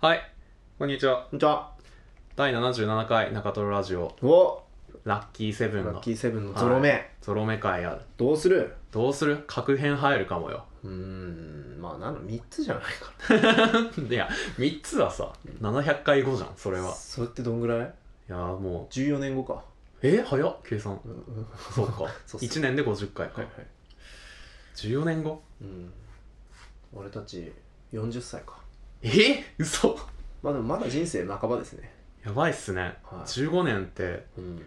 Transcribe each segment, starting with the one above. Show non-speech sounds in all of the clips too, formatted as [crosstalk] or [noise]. はい、こんにちは。こんにちは。第77回中トロラジオ、おラッキーセブンラのッキーセブンのゾロ目、はいゾロ目会ある。どうするどうする確変入るかもよ。 [laughs] うーん、まあ、なの、3つじゃないかいや、3つはさ、700回後じゃん、それな。は。それってどんぐらいいやーも ?14 年後か。う、え早っ、計算 [laughs] う。んうんそうか。そうそう1年で50回はかい。はい。 14年後うん。俺たち40歳か。え嘘まあでもまだ人生半ばですね。やばいっすね。はい15年って、うん。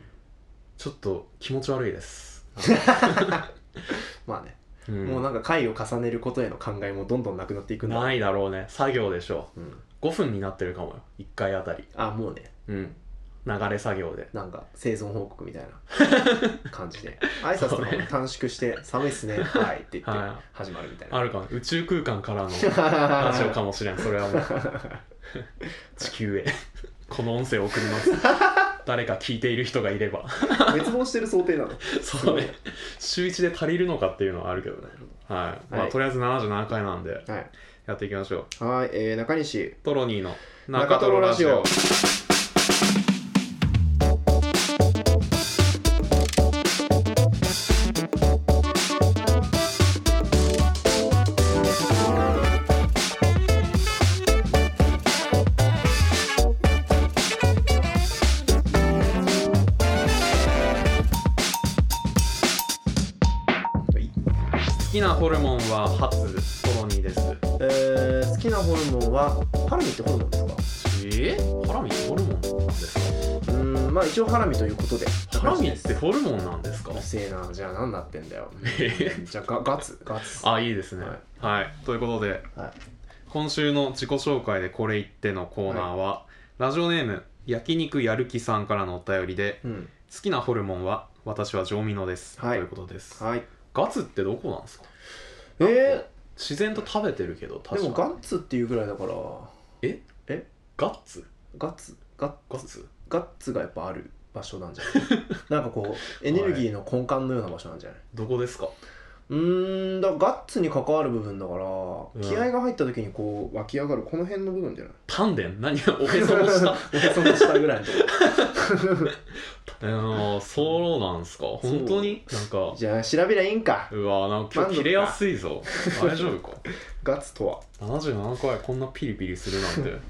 ちょっと気持ち悪い [laughs] です。まあね、うんもうなんか回を重ねることへの考えもどんどんなくなっていくんだ。ないだろうね。作業でしょうん。う。5分になってるかもよ。1回あたり。あ、もうね、うん。流れ作業で。なんか生存報告みた [laughs] いな感じで。挨拶とかも短縮して、寒いっすね、はいって言ってはい始まるみたいな。あるかも宇宙空間からの [laughs] ラジオかはもしれんそれは [laughs] もう地球へこの音声を送ります [laughs] 誰か聞いている人がいれば滅亡してる想定なの。そうね週1で足りるのかっていうのはあるけどねはい、まあはいとりあえず77回なんではい。やっていきましょうはい、えー、中西トロニーの中トロラジオ好きなホルモンは初トロニーですえー、好きなホルモンはハラミってホルモンですかえー、ハラミってホルモンなんですかうーんまあ一応ハラミということでハラミってうホルモンなんですかるせえなじゃあ何なってん [laughs] だよえじゃあガガツガツあいいですねはいはい、ということではい今週の自己紹介でこれ言ってのコーナーは、ラジオネーム焼肉やる気さんからのお便りでうん好きなホルモンは私は上ミノです、はいということです、はいガツってどこなんですかえ自然と食べてるけどー、でも確かガッツっていうぐらいだからガッツガッツガッガッツガッツがやっぱある場所なんじゃない [laughs] なんかこうエネルギーの根幹のような場所なんじゃない、どこですかうーんだからガッツに関わる部分だから、ん気合が入った時にこう湧き上がるこの辺の部分じゃない丹田 [laughs] 何おへその [laughs] 下 [laughs] おへその下ぐらいのとこあのーそうなんですか本当になんかじゃあ調べりゃいいんかうわーなんか今日切れやすいぞ大丈夫か [laughs] ガッツとは、 77回こんなピリピリするなんて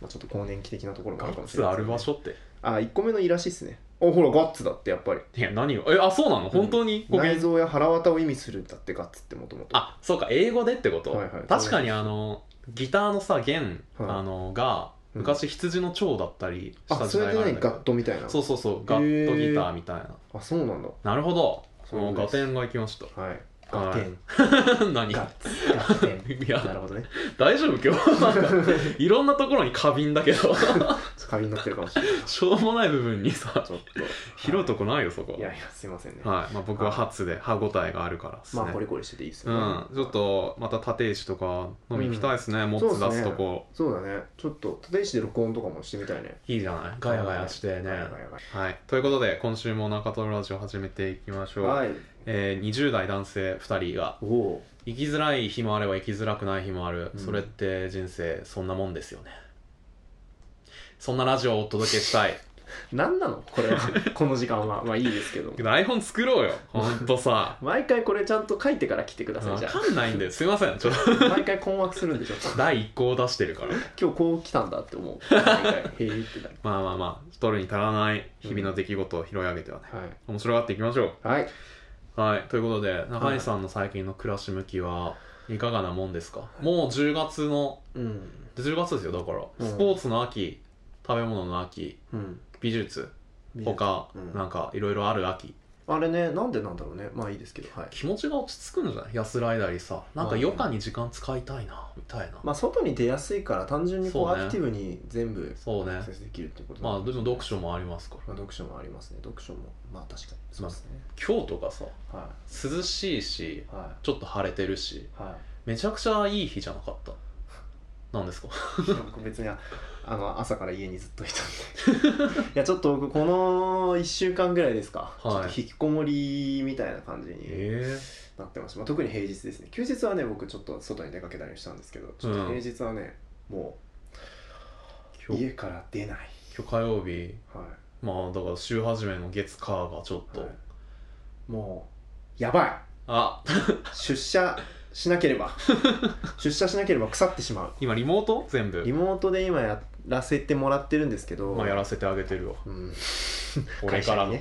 まあ、ちょっと更年期的なところもあガるかッもしれツないある場所ってあ1個目のいいらしいっすねおほらガッツだってやっぱりいや何をえあそうなの本当に、ごめん内臓や腹渡を意味するんだってガッツってもともとあそうか英語でってこと、はいはい確かにあのギターのさ弦、はいあのがうん昔羊の腸だったりしたあ時そ代れでがある何んだけガッどトみたいなそうそうそうガットギターみたいな、あそうなんだなるほどそそうのですガテンがいきました [laughs] はいはガいテン何ガッツガッテいンなやるほど [laughs] ね大丈夫今日 [laughs] なんかいろんなところに過敏だけどカビになってるかもしれないしょうもない部分にさちょっと拾うとこないよそこはいいやいやすいませんね、はいまあ、僕は初で歯応えがあるからですね、まあコリコリしてていいっすうよね、ん、ちょっとまた立石とか飲みに行きたいですね、モッツ出すとこそうだねちょっと立石で録音とかもしてみたいねいいじゃないガヤガヤしてねガヤガヤガはいということで今週も中トロラジオ始めていきましょヤう、はいえー20代男性2人がおお生きづらい日もあれば生きづらくない日もある、うんそれって人生そんなもんですよねそんなラジオをお届けしたい何なのこれはこの時間はまあいいで [laughs] すけども台本作ろうよほんと [laughs] さ毎回これちゃんと書いてから来てくださいわじゃかんないんですいませんちょっとあ毎回困惑するんでしょ [laughs] 第1項を出してるから今日こう来たんだって思う毎回へえってなるまあまあまあ取るに足らない日々の出来事を拾い上げてはね、は面白がっていきましょうい、はい、はい、ということで中西さんの最近の暮らし向きはいかがなもんですか、もう10月のうん10月ですよだから、うんスポーツの秋食べ物の秋うん美術他、うんなんかいろいろある秋あれねなんでなんだろうねまあいいですけどはい気持ちが落ち着くんじゃない安らいだりさなんか余暇に時間使いたいなみたいな、まあ外に出やすいから単純にこうそうねアクティブに全部そうねアクセスできるってことまなあんででも読書もありますからまあ読書もありますね読書もまあ確かにそうですね今日とかさは涼しいしいはちょっと晴れてるしいはい [laughs] めちゃくちゃいい日じゃなかったなんですか僕別にああの朝から家にずっといた [laughs] んでいやちょっと僕この1週間ぐらいですか、はいちょっと引きこもりみたいな感じにえなってます、まあ、特に平日ですね休日はね僕ちょっと外に出かけたりしたんですけどちょっと平日はね、もう今日家から出ない今日火曜日はまあだから週始めの月火がちょっい、と、はい、もうやばいあ出社しなけれ [laughs] ば出社しなければ腐ってしまう今リモート全部リモートで今やらせてもらってるんですけど、まあやらせてあげてるわうん [laughs] 俺からの、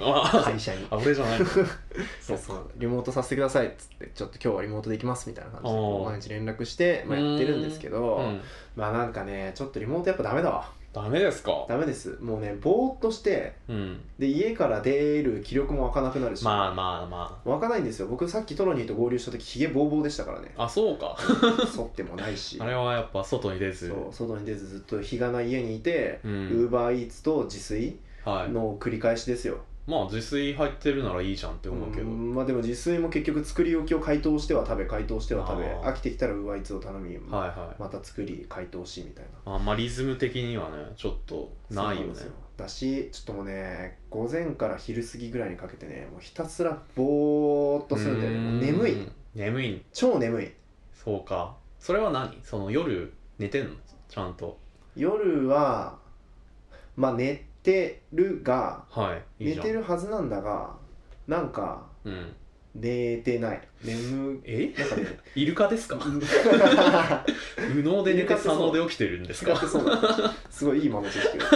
会社にあ [laughs] ね [laughs] 会社にあ俺じゃないのそうそうリモートさせてくださいっつってちょっと今日はリモートできますみたいな感じでおー毎日連絡して、まあ、やってるんですけど、うんまあなんかねちょっとリモートやっぱダメだわダメですかダメですもうねぼーっとしてうんで家から出る気力も湧かなくなるし、まあまあま湧かないんですよ僕さっきトロニーと合流した時ひげボーボーでしたか [laughs] らねああそうか剃ってもないしあれはやっぱ外に出ずそう外に出ずずっと日がない家にいて、うウんーバーイーツと自炊はいの繰り返しですよ、まあ自炊入ってるならいいじゃんって思うけど、うんまあでも自炊も結局作り置きを解凍しては食べ解凍しては食べあー飽きてきたらウーバーイーツを頼はみ、いはいまた作り解凍しみたいなあんまリズム的にはねちょっとないよねそうなんですだしちょっともうね午前から昼過ぎぐらいにかけてねもうひたすらぼーっとするんだよねもう眠ういん眠い超眠いそうかそれは何その夜寝てんのちゃんと夜はまあ寝てるがはいいい寝じゃんてるはずなんだがなんかうん寝てない眠えなんかねイルカですか右脳で寝イルカてってそ左う脳で起きてるんです [laughs] 使かってそうだすごいいい豆知識をい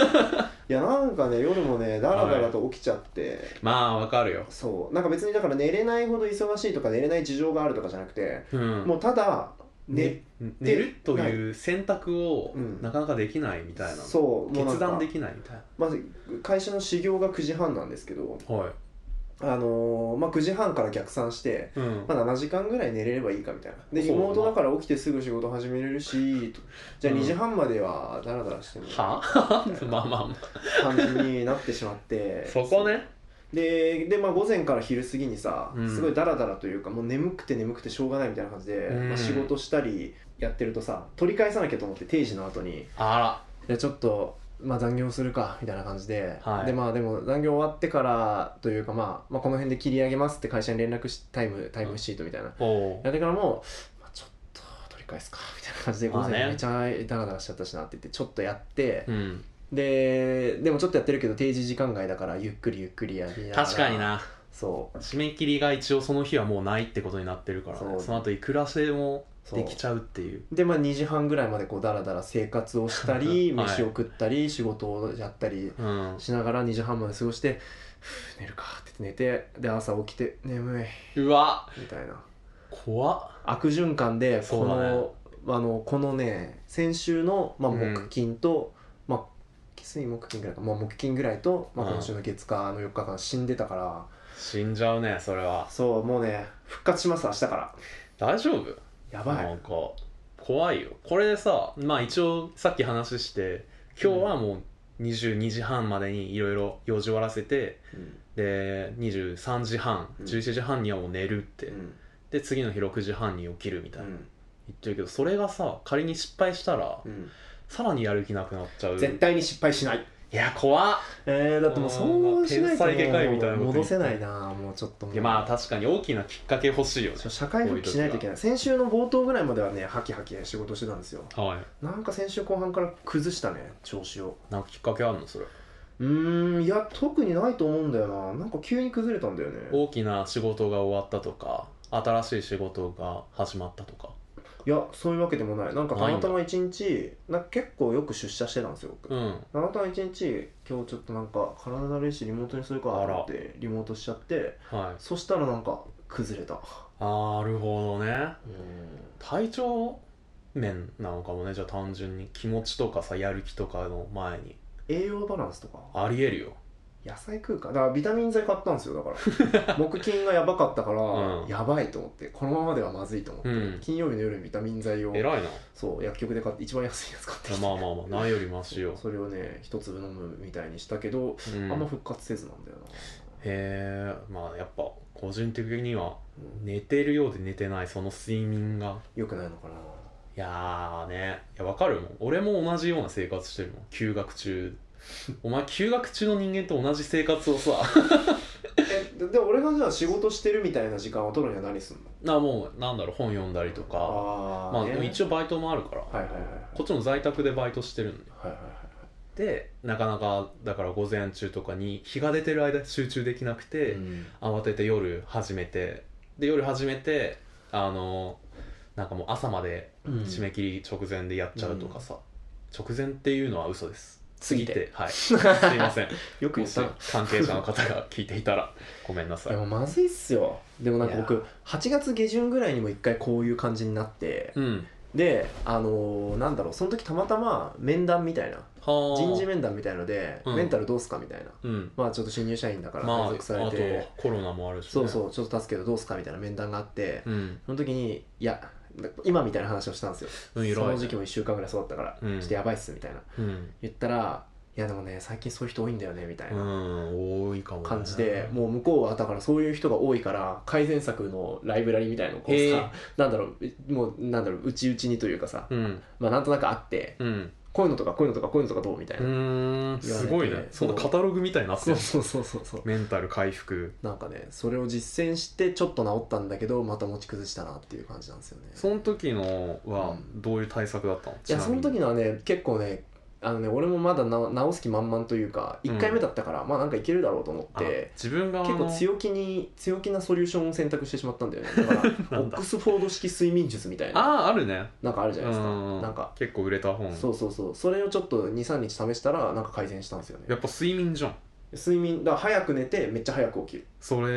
やなんかね夜もねだらだらと起きちゃって、まあわかるよそうなんか別にだから寝れないほど忙しいとか寝れない事情があるとかじゃなくて、うんもうただ寝ね寝るという選択をうんなかなかできないみたいな、そうもうなん決か断できないみたいまず会社の始業が9時半なんですけどなはい、あのーまあ9時半から逆算してうんまあ、7時間ぐらい寝れればいいかみたいなでそうだな妹だから起きてすぐ仕事始めれるしとじゃあうん2時半まではダラダラしてもは [laughs] まあまあま感じになってしまっあて [laughs] そこねでで、まあ、午前から昼過ぎにさ、うんすごいダラダラというかもう眠くて眠くてしょうがないみたいな感じで、うんまあ、仕事したりやってるとさ取り返さなきゃと思って定時の後にあいやちょっと、まあ、残業するかみたいな感じで、はいでまあでも残業終わってからというか、まあ、まあこの辺で切り上げますって会社に連絡しタイムタイムシートみたいならおうやってからもう、まあ、ちょっと取り返すかみたいな感じで午まあね前めちゃダラダラしちゃったしなって言ってちょっとやって、うんででもちょっとやってるけど定時時間外だからゆっくりゆっくりやりながら確かになそう締め切りが一応その日はもうないってことになってるからね、そうその後いくらしてもそうできちゃうっていうでまあ2時半ぐらいまでこうダラダラ生活をしたり [laughs] はい飯を食ったり仕事をやったりうんしながら2時半まで過ごしてふう寝るかって言って寝てで朝起きて眠いうわみたいな怖っ悪循環でこそうだねの,、あのこのね先週の、まあ、うん木金と、まあ水木金ぐらいか、まあ、木金ぐらいと、まあ、うん今週の月火の4日間死んでたから、死んじゃうねそれはそうもうね復活します明日から大丈夫やばい、なんか怖いよこれでさまあ一応さっき話して今日はもう22時半までにいろいろ用事終わらせてうんで23時半うん17時半にはもう寝るって、うんで次の日6時半に起きるみたういな、ん言ってるけどそれがさ仮に失敗したら、うんさらにやる気なくなっちゃう絶対に失敗しないいや怖っえー、だってもうそうしないとも天才外科医みたいなこと言うって戻せないなもうちょっともういやまあ確かに大きなきっかけ欲しいよねそう社会復帰しないといけない先週の冒頭ぐらいまではねハキハキ仕事してたんですよはいなんか先週後半から崩したね調子をなんかきっかけあるのそれうーんいや特にないと思うんだよななんか急に崩れたんだよね大きな仕事が終わったとか新しい仕事が始まったとかいやそういうわけでもないなんかたまたま一日なんか結構よく出社してたんですよう僕んたまたま一日今日ちょっとなんか体だるいしリモートにするかとあら思ってリモートしちゃってはいそしたらなんか崩れたあーなるほどねうん体調面なのかもねじゃあ単純に気持ちとかさやる気とかの前に栄養バランスとかありえるよ野菜食うかだからビタミン剤買ったんですよ [laughs] だから木金がやばかったから、うんやばいと思ってこのままではまずいと思って、うん金曜日の夜にビタミン剤を偉いなそう薬局で買って一番安いやつ買ってきてまあまあまあないよりマシよ、それをね一粒飲むみたいにしたけど、うん、あんまへ復活せずなんだよな、えまあやっぱ個人的には寝てるようで寝てないその睡眠がよくないのかないやーねいやわかるもん俺も同じような生活してるもん休学中お前休学中の人間と同じ生活をさ [laughs] えでで俺がじゃあ仕事してるみたいな時間を取るには何すんのなもうなんだろう本読んだりとかあまあねでも一応バイトもあるから、はいはいはいはいこっちも在宅でバイトしてるんではいはいはいでなかなかだから午前中とかに日が出てる間集中できなくて、うん慌てて夜始めてで夜始めてあのなんかもう朝までうん締め切り直前でやっちゃうとかさ、直前っていうのは嘘です過ぎてはいすいません [laughs] よくも言っしたな関係者の方が聞いていたらごめんなさでいもまずいっすよでもなんかいや僕8月下旬ぐらいにも一回こういう感じになってうんであのーなんだろうその時たまたま面談みたいなはあ人事面談みたいので、うんメンタルどうすかみたいなうんまあちょっと新入社員だからまあ配属されあとて、コロナもあるし、ね、そうそうちょっと助けどどうすかみたいな面談があって、うんその時にいや今みたいな話をしたんですよ、うん偉いその時期も1週間ぐらいそうだったから、うんちょっとやばいっすみたいなうん、、言ったらいやでもね最近そういう人多いんだよねみたいうなん多いかもね、感じで、もう向こうはだからそういう人が多いから改善策のライブラリみたいのをこうへさえなんだろうもうなんだろううちうちにというかさ、うんまあ、なんとなくあってうんこういうのとかこういうのとかこういうのとかどうみたいうな、ーんすごい言われねてそのカタログみたいになってそうるそうそうそうそうメンタル回復なんかねそれを実践してちょっと治ったんだけどまた持ち崩したなっていう感じなんですよねその時のうはんどういう対策だったの、いやその時ののはね結構ねあのね俺もまだな直す気満々というか1回目だったから、まあなんかいけるだろうと思って自分側結の構強気に強気なソリューションを選択してしまったんだよねだから [laughs] なオんッだクスフォード式睡眠術みたいなあああるねなんかあるじゃないですかうんなんか結構売れた本そうそうそうそれをちょっと23日試したらなんか改善したんですよやっねぱ睡眠じゃん睡眠だから早く寝てめっちゃ早く起きるそれだ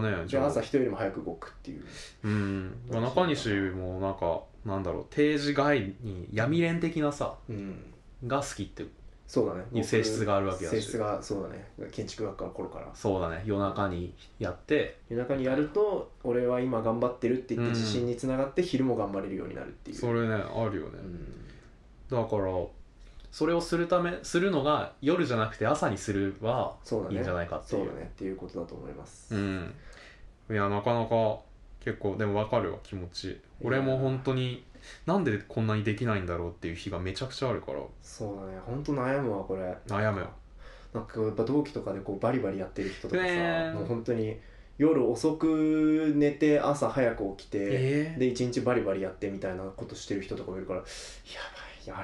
ねで朝人よりも早く動くっていううんまあ中西もなんかなんだろう定時外に闇連的なさうんが好きってそうだね僕性質があるわけだし性質がそうだね建築学科の頃からそうだね夜中にやって夜中にやると俺は今頑張ってるって言ってうん自信につながって昼も頑張れるようになるっていう、それねあるよね、うんだからそれをするためするのが夜じゃなくて朝にするはそうだいいんねじゃないかっていそううだねっていうことだと思います、うんいやなかなか結構でも分かるわ気持ち俺も本当になんでこんなにできないんだろうっていう日がめちゃくちゃあるからそうだねほんと悩むわこれ悩むよなんかやっぱ同期とかでこうバリバリやってる人とかさ、ねえもう本当に夜遅く寝て朝早く起きて、えで一日バリバリやってみたいなことしてる人とかもいるからやば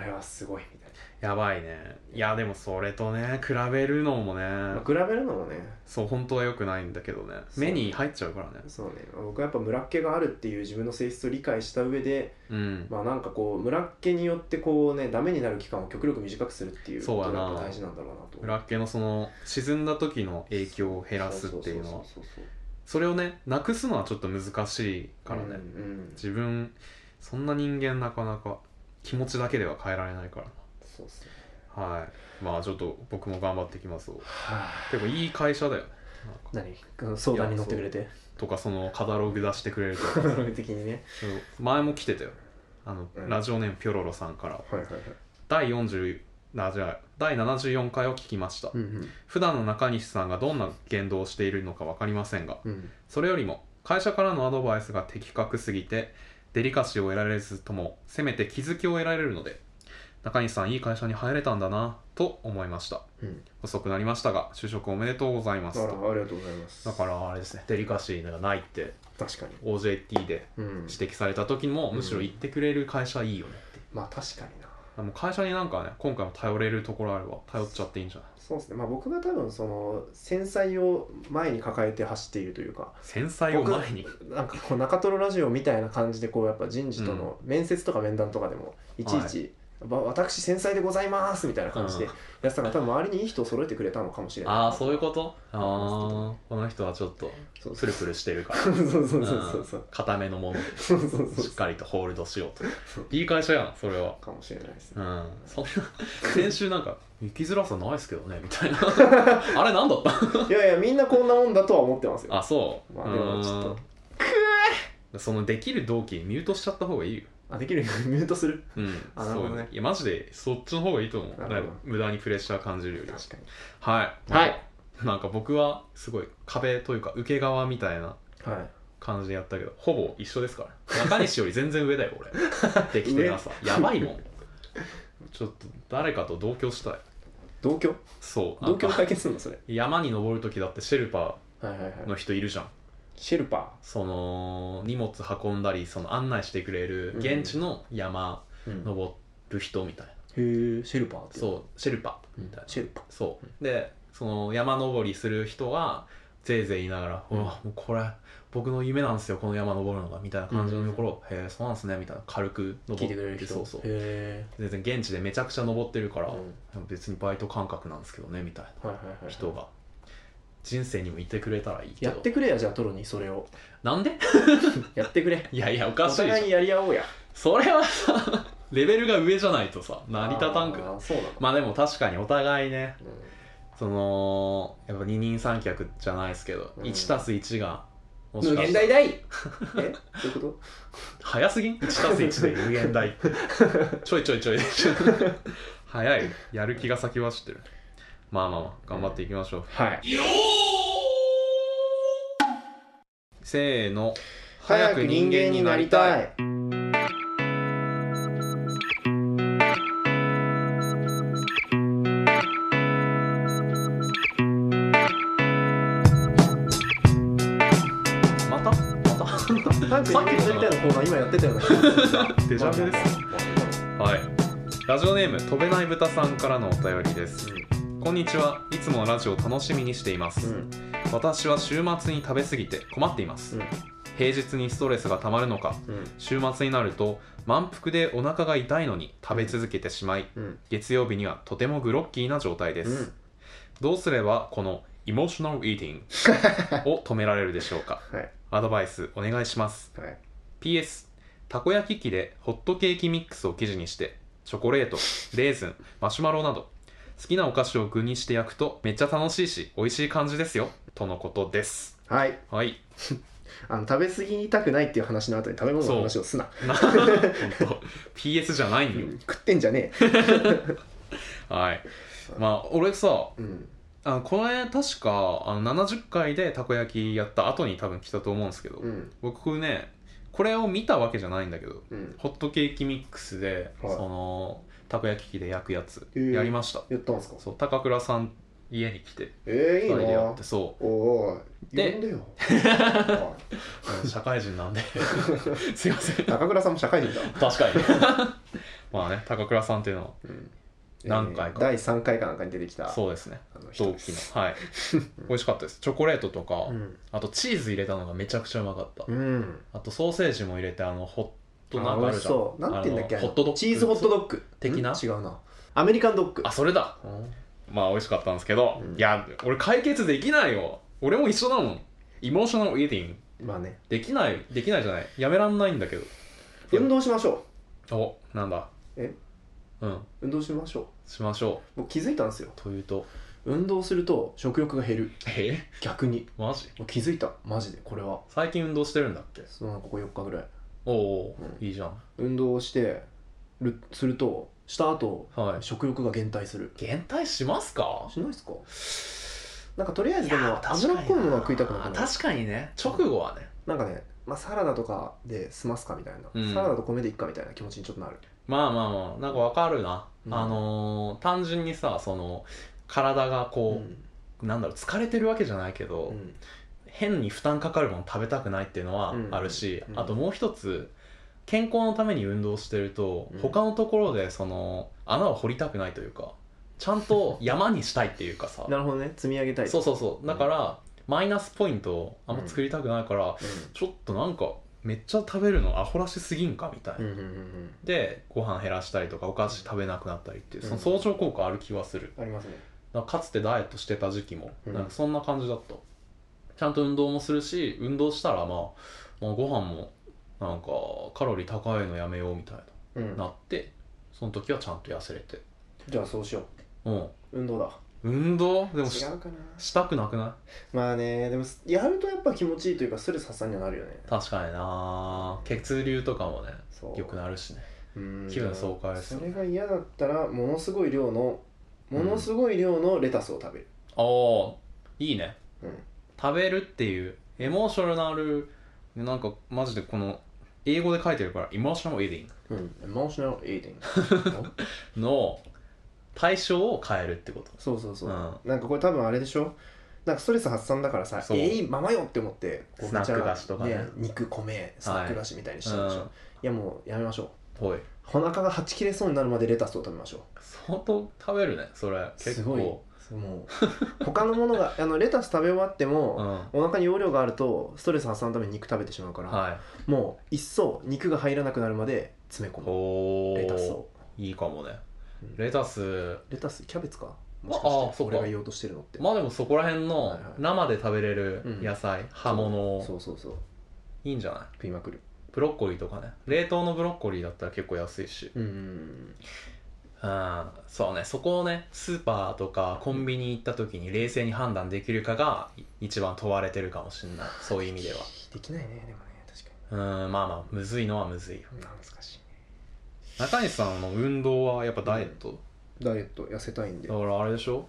いあれはすごいみたいやばいねいやでもそれとね比べるのもね、な、まあ、比べるのもねそう本当は良くないんだけどねそう目に入っちゃうからねそうね僕はやっぱ村っ気があるっていう自分の性質を理解した上でうん、まあなんかこう村っ気によってこうねダメになる期間を極力短くするっていうそうこやとながやっぱ大事なんだろうなと裏っ気のその沈んだ時の影響を減らすっていうのはそそそそれをねなくすのはちょっと難しいからね、うんうん自分そんな人間なかなか気持ちだけでは変えられないからそうっすねなはいまあちょっと僕も頑張ってきますわはあでもいい会社だよねなんか何うん相談に乗ってくれてとかそのカタログ出してくれるとか論理的にねそう前も来てたよあの、うんラジオネームピョロロさんからはいはいはい第40あじゃあ第74回を聞きました、うんうん普段の中西さんがどんな言動をしているのか分かりませんがうんそれよりも会社からのアドバイスが的確すぎてデリカシーを得られずともせめて気づきを得られるので中西さんいい会社に入れたんだなと思いましたうん遅くなりましたが就職おめでとうございまあすらあとりがとうございますだからあれですねデリカシーがないって確かに OJT でうん指摘された時もんむしろ言ってくれる会社いいよねってまあ確かになあもう会社になんかね今回も頼れるところあれば頼っちゃっていいんじゃないそうですねまあ僕が多分その繊細を前に抱えて走っているというか繊細を前になんかこう中トロラジオみたいな感じでこうやっぱ人事との面接とか面談とかでもいちいち、わ私繊細でございますみたいな感じでうんやってたから多分周りにいい人を揃えてくれたのかもしれないああそういうことあああこの人はちょっとそうプそうルプルしてるからそうそう [laughs] そうそうそう固めのものでそうそうそうしっかりとホールドしよそううといい会社やんそれはかもしれないですうねんそんな先週なんか「生きづらさないですけどね」みた [laughs] いなあれなんだったいやいやみんなこんなもんだとは思ってますよあそうまあでもちょっとうんそのできる同期ミュートしちゃった方がいいよあできるミュートするうんあなるほどねそういやマジでそっちの方がいいと思うなるほどだいぶ無駄にプレッシャー感じるよりは確かはいはいなんか僕はすごい壁というか受け側みたいなにはい感じでやったけどほぼ一緒ですから中西より全然上だよ [laughs] 俺できてなさやばいもんちょっと誰かと同居したい同居そう同居なんか解決するのそれ山に登る時だってシェルパはいはいはいーの人いるじゃんシェルパその荷物運んだりその案内してくれる現地の山ー、うん登る人みたいな、へえシェルパーってうそうシェルパみたいなシェルパそうでその山登りする人はぜいぜい言いながら「ううんわもうこれ僕の夢なんですよこの山登るのが」みたいな感じのところを「へえそうなんですね」みたいな軽く登って聞いてくれる人そうそうへ全然現地でめちゃくちゃ登ってるかえ、ら、うん別にバイト感覚なんですけどねみたいはいはいは、ない人が人生にもいてくれたらいいけやどってくれやじゃあトロにそれをなんで [laughs] やってくれいやいやおおかしいじゃ互いんにやり合おうやそれはさ [laughs] レベルが上じゃないとさ成り立たんくないあーそうなの、まあでも確かにお互いねうんそのやっぱ二人三脚じゃないですけど、うん1たす1がも無しか限したら大だいえどういうこと早すぎん1たす1で無限 [laughs] 大ちょいちょいちょい早いやる気が先走ってるまあまあまあ頑張っていきましょう、はいせーの早く人間になりたいいまたまた早く人間になりたいのコーナー今やってたよねデジャブですはいラジオネーム飛べない豚さんからのお便りですこんにちはいつもラジオ楽しみにしています、うんうん私は週末に食べ過ぎて困っています、うん平日にストレスがたまるのかうん週末になると満腹でお腹が痛いのに食べ続けてしまいうん月曜日にはとてもグロッキーな状態です、うんどうすればこのエモーショナルイーティ [laughs] ングを止められるでしょうかはいアドバイスお願いしますはい PS たこ焼き器でホットケーキミックスを生地にしてチョコレートレーズンマシュマロなど好きなお菓子を具にして焼くとめっちゃ楽しいし美味しい感じですよとのことですはいはいあの食べ過ぎたくないっていう話の後に食べ物の話をすな、な本当 PS じゃないんうよ、ん食ってんじゃねはいまあ俺さえ、うん、あのこの辺確かあの70回でたこ焼きやった後に多分来たと思うんですけど、うん僕ねこれを見たわけじゃないんだけどうんホットケーキミックスで、はいそのたこ焼き器で焼くやつへーやりました、やったんですかそう高倉さん家に来てええ二いい人でやなってそおお呼でんでよおいうあの社会人 [laughs] なんですいません高倉さんも社会人だ、確かに [laughs] まあね高倉さんっていうのうん何回かえー第3回かなんかに出てきたはそうですねあの人同で期すのはい [laughs] 美味しかったですチョコレートとか、うん、あとチーズ入れたのがめちゃくちゃうまかった、うん、あとソーセージも入れてあのホットあなんかあ美る味しじゃんそうなんて言うんだっけあのホットドッグチーズホットドッグ的なん違うなアメリカンドッグあそれだうんまあ美味しかったんですけど、うんいや俺解決できないよ俺も一緒だもんイモーショナルイーティングまあねできないできないじゃないやめらんないんだけど運動しましょおなんだえうんう運動しましょうしましょ僕気づいたんですようというと運動すると食欲が減るえ逆にマジもう気づいたマジでこれは最近運動してるんだっけそのここ4日ぐらいおお、ういいじゃん運動してるするとした後はい食欲が減退する減退しますかしないですかなんかとりあえずでいやもー確かに油っこいものは食いたくなあくなる確かにね直後はねなんかね、まあ、サラダとかで済ますかみたいな、うんサラダと米でいっかみたいな気持ちにちょっとなるまあまあまあなんかわかるな、うんあのー単純にさその体がこんう、なんだろう疲れてるわけじゃないけど、うん変に負担かかるもの食べたくないっていうのはうんあるし、うんあともう一つ健康のために運動してると、うん他のところでその穴を掘りたくないというかちゃん [laughs] と山にしたいっていうかさなるほどね積み上げたいそうそうそうだから、マイナスポイントをあんま作りたくないから、ちょっとなんかめっちゃ食べるのアホらしすぎんかみたいな、うん、うんうんうんうんでご飯減らしたりとかお菓子食べなくなったりっていうそのうん相乗効果ある気はするありますねなんかかつてダイエットしてた時期もうんなんかそんな感じだった、ちゃんと運動もするし運動したら、まあ、まあご飯もなんかカロリー高いのやめようみたいうんななってその時はちゃんと痩せれてじゃあそうしようんう運動だ運動でもし違うかなしたくなくなまあねでもやるとやっぱ気持ちいいというかストレス発散にはなるよねい確かにな血流とかもねそう良くなるしねうん気分爽快ですよそれが嫌だったらものすごい量のものすごい量のレタスを食べる、ああいいねうん [laughs] 食べるっていうエモーショナルなんかマジでこの英語で書いてるからエモーショナルエディングうん、エモーショナ [laughs] ルエイティングの対象を変えるってことそうそうそう、うなんかこれ多分あれでしょなんかストレス発散だからさそうえいままよって思ってこうスナックめちゃ菓子とかね肉米スナック菓子みたいにしたんでしょ、うんいやもうやめましょほいうお腹がはち切れそうになるまでレタスを食べましょ相当食べるねそれう結す構ごいもう他のものがあ [laughs] のレタス食べ終わってうも、んお腹に容量があるとストレス発散のために肉食べてしまうから、はもう一層肉が入らなくなるまで詰めい込むおおレタスをいいかもねうんレタスレタスキャベツかもあしかあしてそっか俺が言おうとしてるのって、まあでもそこら辺はのいはい生で食べれる野菜、葉物そうそうそういいんじゃない食いまくるブロッコリーとかね冷凍のブロッコリーだったら結構安いしうんうんそうねそこをねスーパーとかコンビニ行った時に冷静に判断できるかがい一番問われてるかもしれないそういう意味ではできないねでもね確かうんまあまあむずいのはむずいよに難しい中西さんの運動はやっぱダイエット、ダイエット痩せたいんでだはいからあれでしょ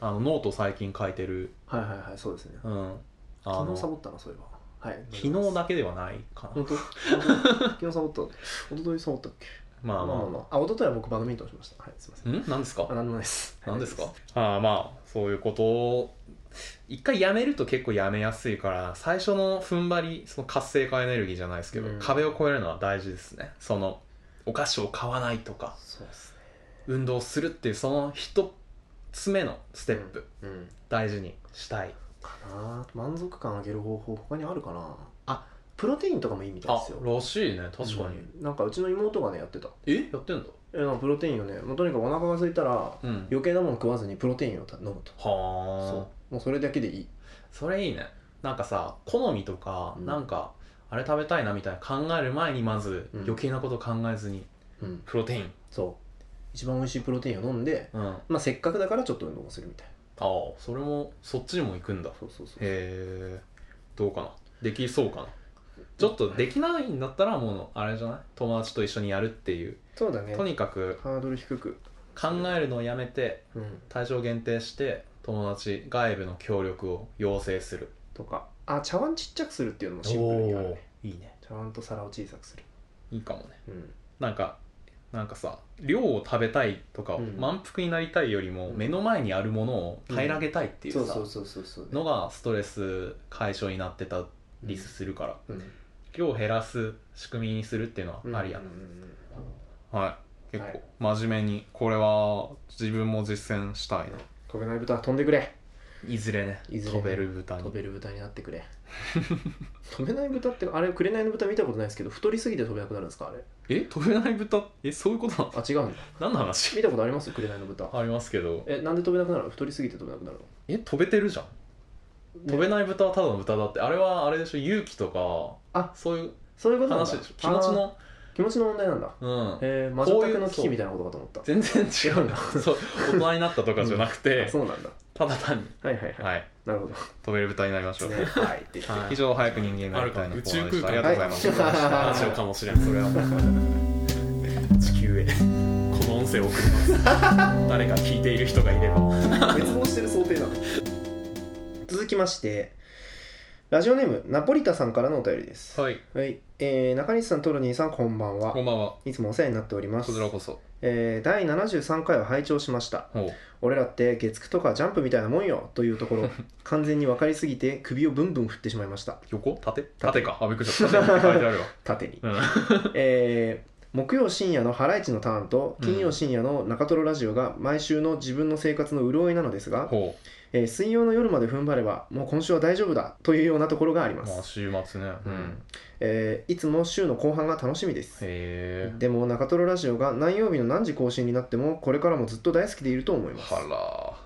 あのノート最近書いてるはいはいそうですねうんあ昨の日サ昨ボったなそういえばはい日だけではないかな本当昨日サボった一昨日サボったっけまあまあままあまああ一昨日は僕バドミントンしましたはいすいませあんん何ですかあ何でもないですなんですか、ああまあそういうことを一回やめると結構やめやすいから最初の踏ん張りその活性化エネルギーじゃないですけど、うん壁を越えるのは大事ですねそのお菓子を買わないとかそうですね運動するっていうその一つ目のステップ、うん大事にしたいかな満足感上げる方法他にあるかなあプロテインとかもいいみたいあですよらしいね確かに、うんなんかうちの妹がねやってたえやってんだえなんかプロテインをねもうとにかくお腹が空いたらうん余計なもの食わずにプロテインを飲むとはあそうもうそれだけでいいそれいいねなんかさ好みとか、うんなんかあれ食べたいなみたいな考える前にまずうん余計なこと考えずにうんプロテインそう一番美味しいプロテインを飲んで、うんまあ、せっかくだからちょっと運動もするみたいああそれもそっちにも行くんだへなそうそうそうえどうかなできそうかなちょっとできないんだったらもうあれじゃない友達と一緒にやるっていうそうだねとにかくハードル低く考えるのをやめてうん対象限定して友達外部の協力を要請するとかあ茶碗ちっちゃくするっていうのもシンプルにあるねおーいいね茶碗と皿を小さくするいいかもねうんなんかなんかさ量を食べたいとか、うん満腹になりたいよりもうん目の前にあるものを平らげたいっていうさ、そうそうそうそうそうのがストレス解消になってたりするから、うん量を減らす仕組みにするっていうのうんはありやうんうんな、はい結はい構真面目にこれは自分も実践したいな飛べない豚は飛んでくれいずれねいずれね飛べる豚に飛べる豚になってくれ飛べない豚ってあれ紅の豚見たことないですけど太りすぎて飛べなくなるんですかあれえ飛べない豚えそういうことなのあ違うんだ何の話見 [laughs] たことあります紅の豚ありますけどえなんで飛べなくなるの太りすぎて飛べなくなるのえ飛べてるじゃん飛べいない豚はただの豚だってあれはあれでしょ勇気とかあそういうそういうことなんだ話でしょ気持ちの気持ちの問題なんだうんえー、魔こ女ういう宅の危機みたいなことかと思った全然違うな [laughs] そう大人になったとかじゃなくて、あそうなんだただ単にはいはいはい、はいなるほど飛べる豚になりましょう、ねはいって言って以上早く人間になりたいのコーナーでしたありがとうございます、はいラジオかもしれんそ [laughs] れはもう地球へこの音声を送ります誰か聞いている人がいれば滅亡してる想定なの続きましてラジオネームナポリタさんからのお便りですはいはい、えー、中西さんトロニーさんこんばんはこんばんはいつもお世話になっておりますこちらこそえー、第73回を拝聴しましたおう俺らって月9とかジャンプみたいなもんよというと [laughs] ころ完全に分かりすぎて首をブンブン振ってしまいました横縦縦かあびっくりした縦って書いて [laughs] あるわ縦にうんえー木曜深夜のハライチのターンとうん金曜深夜の中トロラジオが毎週の自分の生活の潤いなのですが、ほえー水曜の夜まで踏ん張ればもう今週は大丈夫だというようなところがあ [laughs] りうままあす、週末ねうんえーいつも週の後半が楽しみですへえでも中トロラジオが何曜日の何時更新になってもこれからもずっと大好きでいると思いますは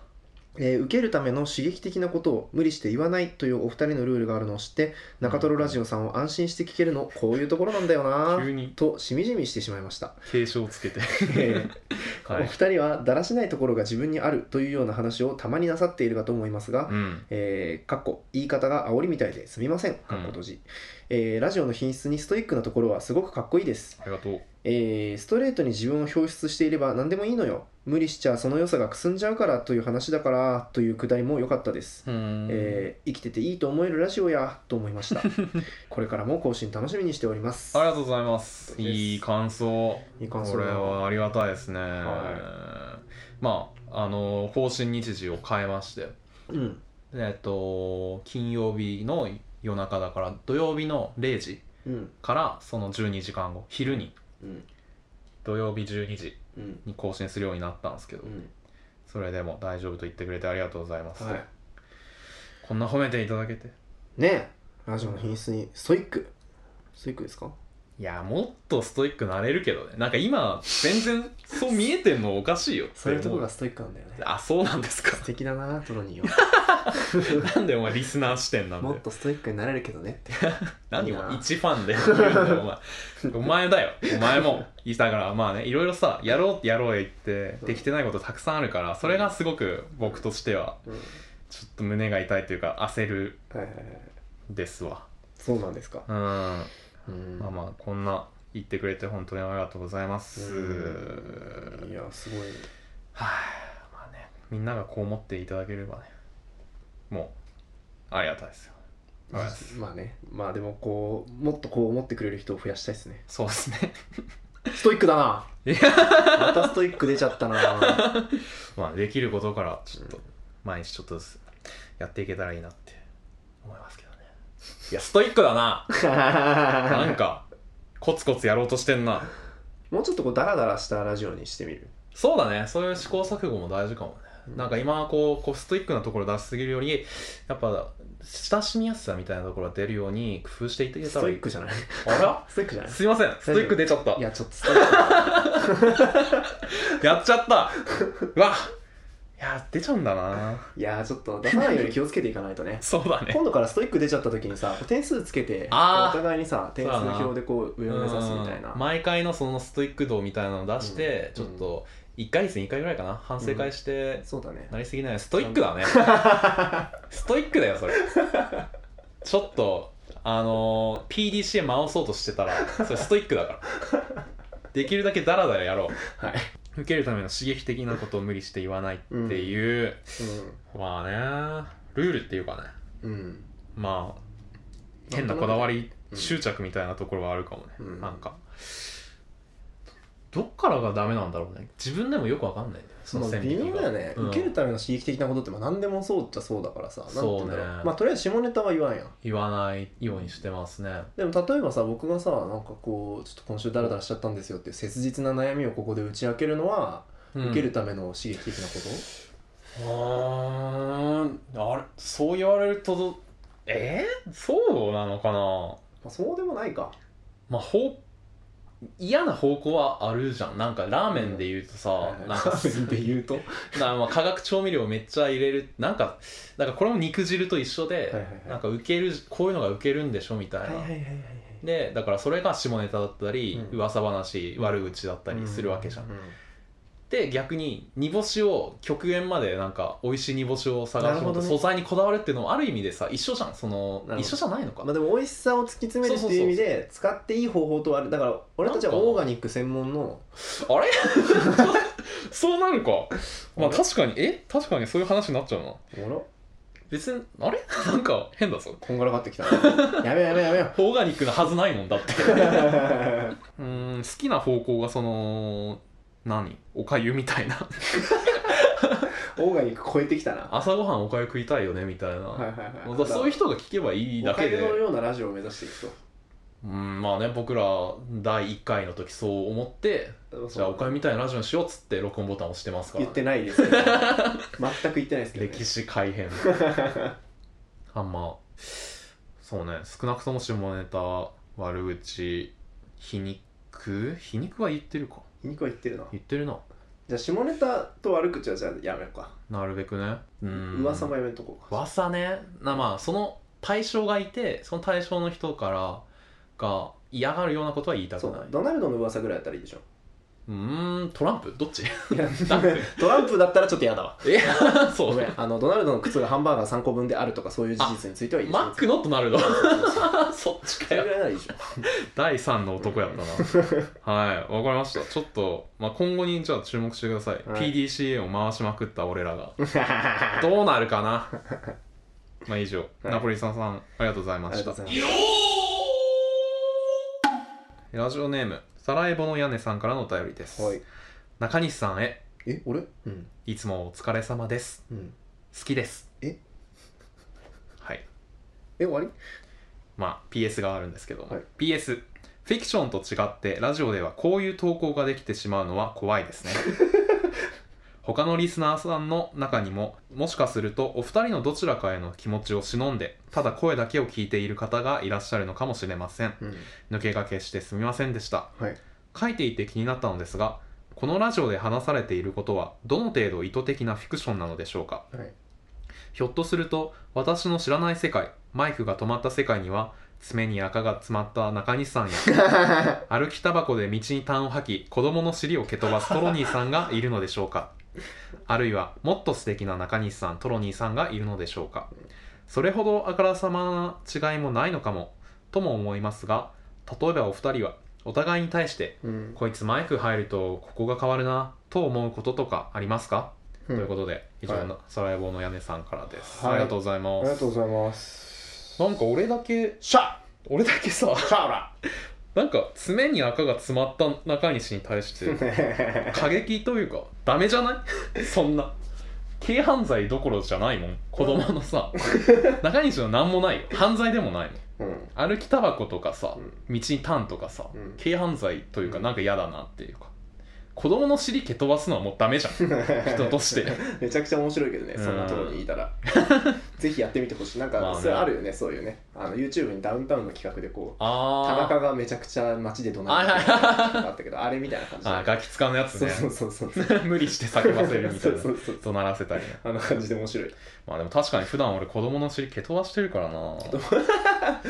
えー受けるための刺激的なことを無理して言わないというお二人のルールがあるのを知って中トロラジオさんを安心して聞けるのこういうところなんだよらな急ぁにとしみじみしてしまいました、警鐘をつけてえ [laughs] ーはおい二人はだらしないところが自分にあるというような話をたまになさっているかと思いますが、うんえーかっこ言い方が煽りみたいですみませんかっこ閉じ、えーラジオの品質にストイックなところはすごくかっこいいですありがとうえーストレートに自分を表出していれば何でもいいのよ無理しちゃその良さがくすんじゃうからという話だからというくだりも良かったです、うんえー生きてていいと思えるラジオやと思い [laughs] ましたこれからも更新楽しみにしておりますありがとうございます。ですいい感想。いい感想こだれなはありがたいですね。はまあ、あの、更新日時を変えまして、うんえっと、金曜日の夜中だから、土曜日の0時うんからその12時間後、昼にうん土曜日12時うんに更新するようになったんですけど、うんそれでも大丈夫と言ってくれてありがとうございます、はいこんな褒めていただけてねえラジオの品質にストイックストイックですかいやもっとストイックなれるけどねなんか今全然そう見えてんのおかしいよってそういうとこ思がストイックなんだよねあそうなんです [laughs] か素敵だなトロニーなんでお前リスナー視点なはんだ [laughs] もっよとストイックになれるけどねって何いいなも一ファンで言うんだ [laughs] よお前お前だよお前も言いたからまあねいろいろさやろうやろう言ってできてないことたくさんあるからそれがすごく僕としてはうんちょっと胸が痛いというか焦るはいはいはいですわそうなんですかうんまうんあまあこんな言ってくれて本当にありがとうございますうんいやすごいはい、まあねみんながこう思っていただければねもうありがたいですよありがたいですまあねまあでもこうもっとこう思ってくれる人を増やしたいですねそうですねストイックだないやまたストイック出ちゃったなまあできることからちょっと毎日ちょっとずつやっていけたらいいなって思いますけどねいやストイックだななんかコツコツやろうとしてんな [laughs] もうちょっとこうダラダラしたラジオにしてみるそうだねそういう試行錯誤も大事かもねなんか今はこうこうストイックなところ出しすぎるよりやっぱ親しみやすさみたいなところが出るように工夫していけスたらトいイいックじゃないあらストイックじゃないすいませんストイック出ちゃったいやちょっとストイックだなやっちゃ [laughs] ったうわいや出ちゃうんだないやちょっと出さないように気をつけていかないとねそうだね [laughs] 今度からストイック出ちゃった時にさ点数つけておあー互いにさ点数表でこう上を目指すみたいなうん毎回のそのストイック度みたいなの出して、うちんょっと1回ですね1回ぐらいかな反省会して、 [laughs] そうだねなりすぎないストイック [laughs] だねストイックだよそれちょっとあのー、PDCA 回そうとしてたらそれストイックだからできるだけダラダラやろはい、う受けるための刺激的なことを無理して言わないっていう、まあねルールっていうかねうん、うん、まあ変なこだわり、うん執着みたいなところはあるかもね、うんなんかどっからがダメなんだろうね自分でもよくわかんないねそまのあ線微引き妙が、だよね、うん受けるための刺激的なことってまあ何でもそうっちゃそうだからさなんて言うんだろうそうねまあとりあえず下ネタは言わんやん言わないようにしてますねでも例えばさ僕がさなんかこうちょっと今週ダラダラしちゃったんですよっていう切実な悩みをここで打ち明けるのは、受けるための刺激的なことうんあれそう言われるとどえー、そうなのかなまあそうでもないかまあほう嫌な方向はあるじゃんなんかラーメンで言うとさ、なんか [laughs] ラーメンで言うとはなまあ化学調味料めっちゃ入れるなんかなんかこれも肉汁と一緒で、いはいはいなんか受けるこういうのが受けるんでしょみたいな、はいはいはいはいはいでだからそれが下ネタだったり、うん噂話悪口だったりするわけじゃん、うで逆に煮干しを極限までなんか美味しい煮干しをな探るすほのどとね素材にこだわるっていうのもある意味でさ一緒じゃんそのなるほど一緒じゃないのか、まあでも美味しさを突き詰めるっていう意味で使っていい方法とはあるだから俺たちはオーガニック専門のあれそうなるかまあ確かにえ確かにそういう話になっちゃうなおもろ別にあれ [laughs] なんか変だぞこんがらかってきた [laughs] なやめようやめようやめよう [laughs] オーガニックなはずないもんだってはうーん好きな方向がその何おかゆみたいな [laughs] オーガニック超えてきたな朝ごはんおかゆ食いたいよねみたいな、はいはいはいまあそういう人が聞けばいいだけでおかゆのようなラジオを目指していくうんまあね僕ら第1回の時そう思ってとじゃあおかゆみたいなラジオにしようっつって録音ボタン押してますから、言ってな [laughs] いですけど全く言ってないですけど、ね、歴史改変あんまそうね少なくとも下ネタ悪口皮肉皮肉は言ってるか皮肉は言ってるな言ってるなじゃあ下ネタと悪口はじゃあやめようかなるべくねうん噂もやめとこうか噂ねなまあその対象がいてその対象の人からが嫌がるようなことは言いたそくなういだうドナルドの噂ぐらいやったら [laughs] いいでしょーんトランプどっちいやランプトランプだったらちょっと嫌だわえ [laughs] そごうめんあのドナルドの靴がハンバーガー3個分であるとかそういう事実についてはいいですマックのとなるの [laughs] そっちそかれよぐらいならいいでしょ第3の男や [laughs] ったなはいわかりましたちょっと、まあ、今後にじゃあ注目してください、はい PDCA を回しまくった俺らがありどうなるか [laughs] なまあ以上、ナポリさんさんありがとうございまがとしうたございますラジオネームサラエボの屋根さんからのお便りです、はい中西さんへ [laughs] え俺うんいつもお疲れ様ですうん好きですえはいえ終わりまあ PS があるんですけど、はい PS フィクションと違ってラジオではこういう投稿ができてしまうのは怖い [laughs] ですね他のリスナーさんの中にももしかするとお二人のどちらかへの気持ちを忍んでただ声だけを聞いている方がいらっしゃるのかもしれませんうん抜け駆けしてすみませんでしたはい書いていて気になったのですがこのラジオで話されていることはどの程度意図的なフィクションなのでしょうかはいひょっとすると私の知らない世界マイクが止まった世界には爪に垢が詰まった中西さんや [laughs] 歩きタバコで道に痰を吐き子供の尻を蹴飛ばすトロニーさんがいるのでしょうかあるいはもっと素敵な中西さんトロニーさんがいるのでしょうかそれほどあからさまな違いもないのかもとも思いますが例えばお二人はお互いに対してうんこいつマイク入るとここが変わるなと思うこととかありますか、うんということで以上はいのサラエボの屋根さんからです、はいありがとうございあまりがすとうございますなんか俺だけシャ俺だけさ [laughs] シャオラなんか爪に赤が詰まった中西に対して [laughs] 過激というかダメじゃない [laughs] そんな軽犯罪どころじゃないもん子供の [laughs] さ中西の何もないよ犯罪でもないもん [laughs] うん歩きタバコとかさ、う道にタンとかさ、うん軽犯罪というかうんなんか嫌だなっていうか子供の尻蹴飛ばすのはもうダメじゃ [laughs] ん人として [laughs] めちゃくちゃ面白いけどねうんそんなところにいた [laughs] らぜひやってみてほしいなんまあかねそれあるよねそういうねあの YouTube にダウンタウンの企画でこう田あ中がめちゃくちゃ街で怒鳴るみたいなのがあったけどあれみたいな感じーあーガキ使のやつそうねそうそうそう [laughs] 無理して叫ばせるみたいなそうそうそう怒鳴らせたりねあの感じで面白いまあでも確かに普段俺子供の尻蹴飛ばしてるからな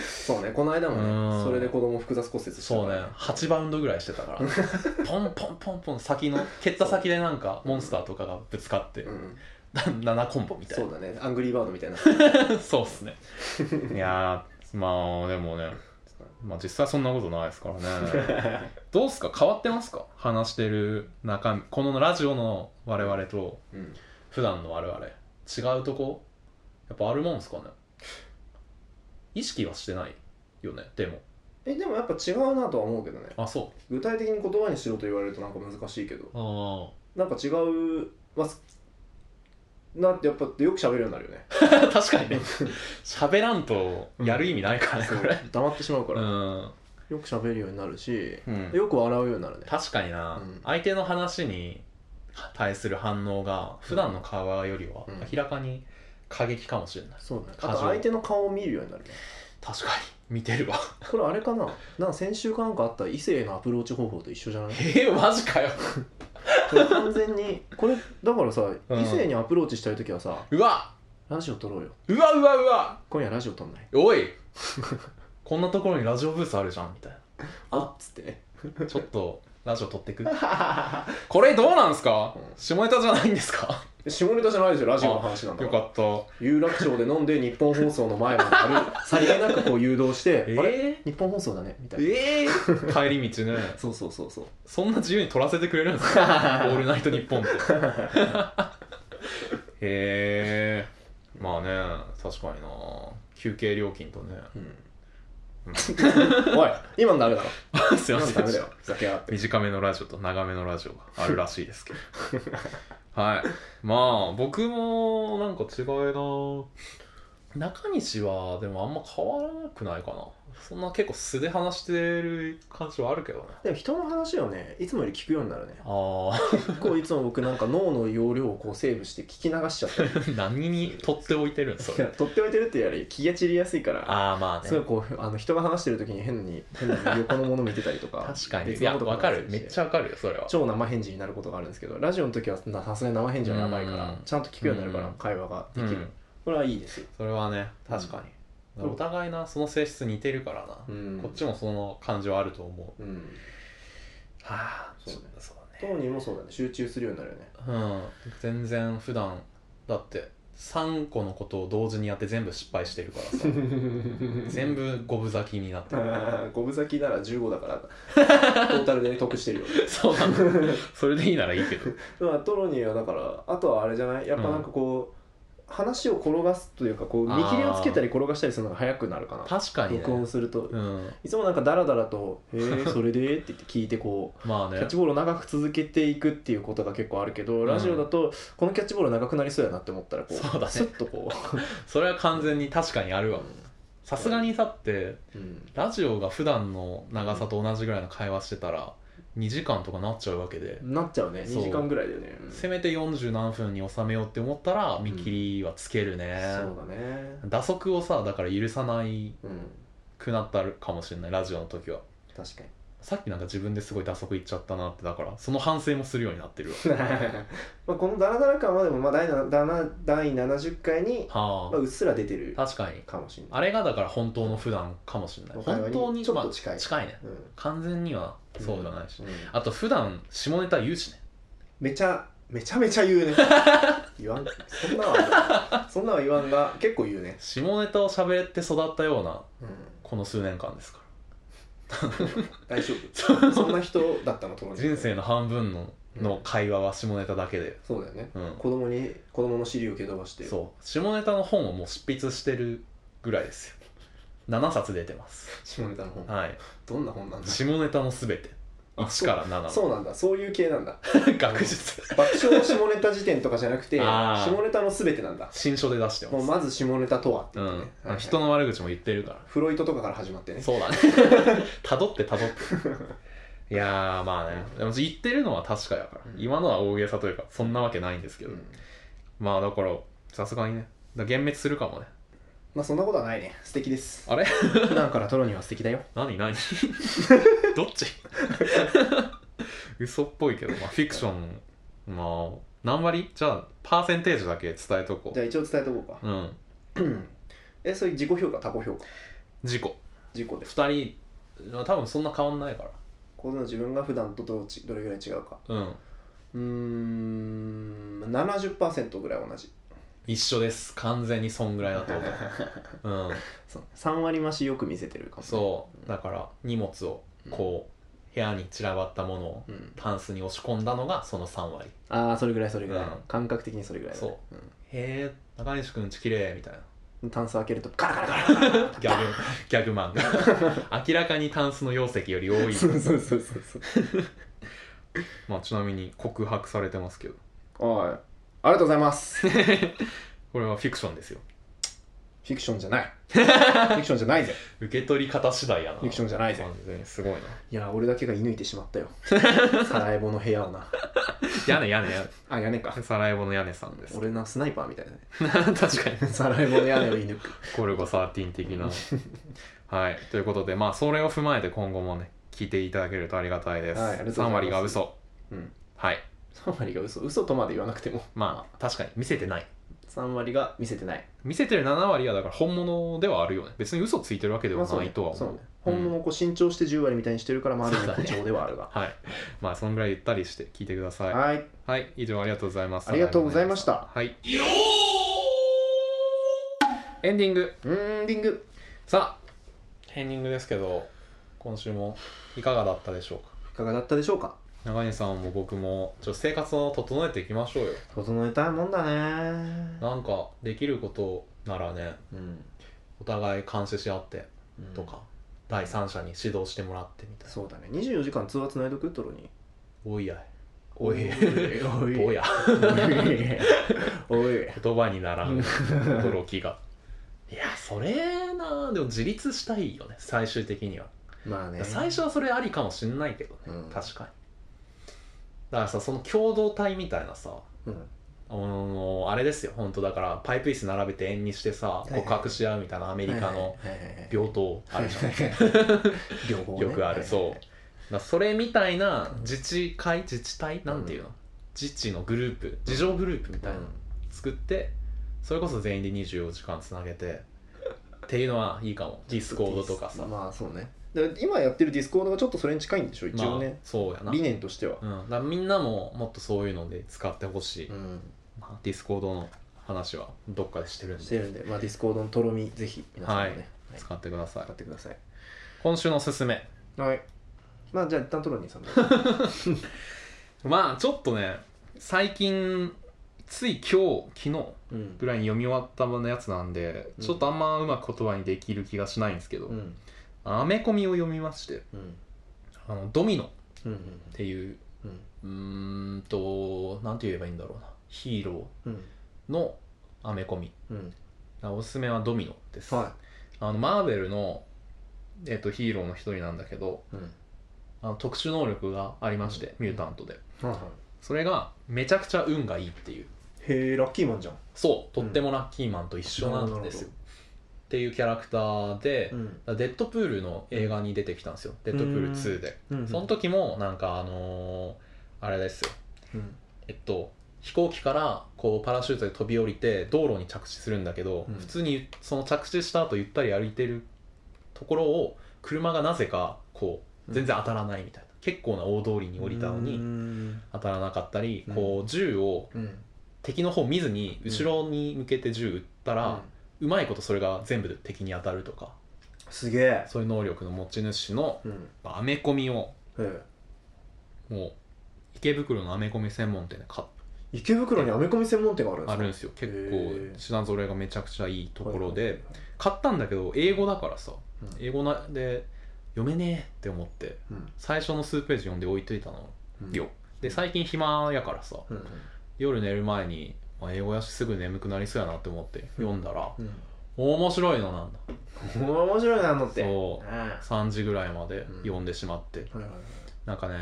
そうねこの間もうねんそれで子供複雑骨折したそうね8バウンドぐらいしてたから [laughs] ポンポンポンポン先の蹴った先でなんかモンスターとかがぶつかって [laughs] うん7コンボみたいそなうだねアングリーバードみたいなそうっすねいやーまあでもねまあ実際そんなことないですから [laughs] ねどうっすか変わってますか話してる中身このラジオの我々とうん普段の我々違うとこやっぱあるもんすかね意識はしてないよねでもえでもやっぱ違うなとは思うけどねあそ具体的に言葉にしろと言われるとなんか難しいけどうあなんか違うますなってやっぱよく喋るようになるよねあ [laughs] 確かにね喋らんとやる意味ないからねこれ黙ってしまうかうら、ん、よく喋るようになるしうん、よく笑うようになるね確かにな、うん相手の話に対する反応が普段の会話よりはうん明らかに過激かもしれない、そうね過剰あと相手の顔を見るようになるね確かに見てるわこれあれかななんか先週かなんかあった異性へのアプローチ方法と一緒じゃないえー、マジかよこれ完全にこれだからさ、うん異性にアプローチしたい時はさうわラジオ撮ろうようわうわうわ今夜ラジオ撮んないおいこんなところにラジオブースあるじゃんみたいあっ [laughs] つってねなちょっとラジオ撮ってくこれどうなんすか、うん下ネタじゃないんですか下ネタじゃないでしょラジオの話なんだよからかった有楽町で飲んで日本放送の前まで歩 [laughs] いさりげなくこう誘導して、えあれー、日本放送だねみたいなえー、帰り道ねそうそうそうそうそんな自由に撮らせてくれるんです [laughs] かオールナイトニッポンってへえまあね確かにな休憩料金とね [laughs] おい今のダメだろすい今まのせダんメだよふざけやがって短めのラジオと長めのラジオがあるらしいです [laughs] けどはいまあ僕もなんか違うな中西はでもあんま変わらなくないかなそんな結構素で話してる感じはあるけどねでも人の話をねいつもより聞くようになるねあ結構いつも僕なんか脳の容量をこうセーブして聞き流しちゃったりあ [laughs] 何に取っておいてるん [laughs] それ取っておいてるっていうより気が散りやすいからああまあねすごいこうあの人が話してる時に変に変に横のもの見てたりと [laughs] か確かに別いやのこと考わえかたりるしてめっちゃわかるよそれは超生返事になることがあるんですけどラジオの時はなさすがに生返事はやばいかうらんちゃんと聞くようになるかうらん会話がでうきる、んこれはいいですよ、それはね確かに、うんお互いなその性質似てるからな、うんこっちもその感じはあると思ううんはあそうねそう当人もそうだね集中するようになるよねうん全然普段だって3個のことを同時にやって全部失敗してるから [laughs] さ [laughs] 全部五分咲きになってるあー五分咲きなら15だ [laughs] からトータルで得してるよ、そうなんだそれでいいならいいけどまあ、トロニーはだからあとはあれじゃないやっぱなんかこう、話を転がすというかこう見切りをつけたり転がしたりするのが早くなるか [laughs] な確かにね録音すると、うんいつもなんかダラダラと「へえそれで?」って言って聞いてこうまあキね [laughs] ャッチボールを長く続けていくっていうことが結構あるけど、んラジオだとこのキャッチボール長くなりそうやなって思ったらこうそうだねスッとこうそれは完全に確かにあるわ、さすがにさってうんラジオが普段の長さと同じぐらいの会話してたら2時間とかなっちゃうわけで、なっちゃうねそう2時間ぐらいだよね、うんせめて40何分に収めようって思ったら見切りはつけるね、そうだね打足をさだから許さないうんくなったかもしれないラジオの時は [laughs] 確かにさっきなんか自分ですごい打足いっちゃったなってだからその反省もするようにな [laughs] ってるわまあこのダラダラ感はでもまあ第なだな第70回にはまあうっすら出てるあ確かにかもしれないあれがだから本当の普段かもしれない会話本当にちょっまとあ近い、近いねうん完全にはそうじゃないし、うんあと普段下ネタ言うしねめちゃめちゃめちゃ言うね [laughs] 言わんそんなはそんなは言わんが結構言うね、下ネタを喋って育ったようなうん、この数年間ですか大丈そ夫そんな人だったの友ら達人生の半分のうんの会話は下ネタだけでそうだよねうん子供に子供の尻を蹴飛ばしてそう下ネタの本をもう執筆してるぐらいですよ7冊出てます下ネタの本 [laughs] はいどんな本なんだ下ネタのすべてあ1から7そうなんだそういう系なんだ [laughs] 学術爆笑下ネタ辞典とかじゃなく [laughs] てあー下ネタの全てなんだ新書で出してまもうすまず下ネタとはってう言ってね、んはいはい人の悪口も言ってるからフロイトとかから始まって [laughs] ねそうだねたどってたど [laughs] っていやーまあねでも言ってるのは確かやから、うん今のは大げさというかそんなわけないんですけうど、んまあだからさすがにねだから幻滅するかもねまあそんなことはないね素敵ですあれ [laughs] 普段から撮るには素敵だよ何 [laughs] 何どっち [laughs] 嘘っぽいけど、まあ、フィクションまあ何割じゃあパーセンテージだけ伝えとこじゃあ一応伝えとこうかううん [clears throat] えそれ自己評価他己評価事故自己で2人は多分そんな変わんないからこの自分が普段とどうちどれぐらい違うかうんうーん70%ぐらい同じ一緒です完全にそんぐらいだ [laughs] と思ううんそう3割増しよく見せてるかもそうだから荷物をこう部屋に散らばったものをう、うん、タンスに押し込んだのがその3割ああそれぐらいそれぐらい、うん感覚的にそれぐらいだね、へえ中西くんち綺麗みたいなうん、タンス開けるとガラガラガラガラガラギャグ [laughs] ギャグマンが [laughs] 明らかにタンスの容積より多いそうそうそうそうそうまあちなみに告白されてますけど [laughs] おいありがとうございますフこれはフィクションですよィクションじゃないフィクションじゃないぜ受け取り方次第やなフィクションじゃないぜ完全にすごいないや俺だけが射抜いてしまった [laughs] よサラエボの部屋をな屋根屋根屋あ屋根か根サラエボの屋根さんです俺なスナイパーみたいだね [laughs] 確かにサラエボの屋根を射抜くゴルゴ13的 [laughs] なはいということでまあそれを踏まえて今後もね聞いていただけるとありがたいです、はいありがとうございます3割が嘘うんはい3割が嘘嘘とまで言わなくてもまあ確かに見せてない3割が見せてない見せてる7割はだから本物ではあるよね別に嘘ついてるわけではまあそうなねいとはそ思ううね本物をこう伸長して10割みたいにしてるからまあある意味そうだね誇張ではあるが、はいまあそんぐらいゆったりして聞いてくださいはい、はい以上ありがとうございますありがとうございましたはいエンディングうーんディングさあエンディングですけど今週もいかがだったでしょうかいかがだったでしょうか中西さんも僕もちょっと生活を整えていきましょうよ整えたいもんだねなんかできることならねうんお互い監視し合ってうんとか、第三者に指導してもらってみたいなそうだね24時間通話つないどくトロにおいやいおいおいおや [laughs] おい言葉にならん驚きがいやそれなでも自立したいよね最終的には、まあね最初はそれありかもしんないけどね、うん確かにだからさその共同体みたいなさうんあのあれですよ本当だからパイプ椅子並べて円にしてさいはい告白し合うみたいなアメリカのはいはいはいはい病棟あるじゃん、両方ねよくあるはいそうだからそれみたいな自治会自治体なんていうの、自治のグループ自助グループみたいなの作ってそれこそ全員で24時間つなげてっていうのはいいか [laughs] もディスコードとかさ、まあそうねだから今やってるディスコードがちょっとそれに近いんでしょ一まあ応ね、そうやな、う理ん、念としてはだからみんなももっとそういうので使ってほしい、うんまあディスコードの話はどっかでしてるんしてでるんで、まあ、ディスコードのとろみぜひ皆さんもね、はいはい使ってください使ってください今週のおすすめはいまあじゃあ一旦トロニーさんでまあちょっとね最近つい今日昨日うんぐらいに読み終わったものやつなんで、うんちょっとあんまうまく言葉にできる気がしないんですけど、うんアメコミを読みましてうんあのドミノっうんていううんうーんとなんて言えばいいんだろうなヒーロうんーのアメコミうんおすすめはドミノです、はあのマーベルの、えっとヒーローの一人なんだけどうんあの特殊能力がありまして、ミュータントではいはいそれがめちゃくちゃ運がいいっていうへえラッキーマンじゃんそうとってもラッキーマンと一緒なんですよ、っていうキャラクターで、うんデッドプールの映画に出てきたんですよ、デッドプール2で、うんその時もなんかあのーあれですようんえっと飛行機からこうパラシュートで飛び降りて道路に着地するんだけど、うん普通にその着地した後ゆったり歩いてるところを車がなぜかこう全然当たらないみたいな、結構な大通りに降りたのうにん当たらなかったり、うんこう銃をうん敵の方見ずに後ろに向けて銃撃ったら、うまいことそれが全部敵に当たるとかすげえそういう能力の持ち主のうんまあアメコミをへえもう池袋のアメコミ専門店で買っ池袋にアメコミ専門店があるんですあかるんですよへ結ー構品揃えがめちゃくちゃいいところはいはで買ったんだけど英語だからさいはい英語なで読めねえって思ってうん最初の数ページ読んで置いといたのうんよ、で最近暇やからさうんうん夜寝る前に、まあ、英語やしすぐ眠くなりそうやなって思って読んだらうん面白いのなんだ面白いなのってそうあ3時ぐらいまでうん読んでしまってあはいはいはいなんかね、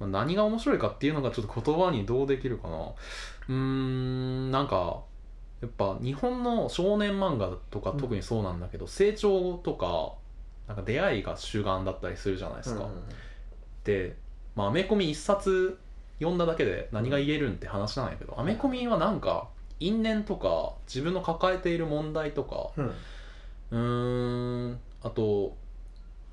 まあ何が面白いかっていうのがちょっと言葉にどうできるかな。うーん、なんか、やっぱ日本の少年漫画とかうん特にそうなんだけど、成長とか、なんか出会いが主眼だったりするじゃないですか。うんうんうんで、まあ、アメコミ一冊読んだだけで何が言えるんって話なんやけど、アメコミはなんか、因縁とか、自分の抱えている問題とか、うんうーんあと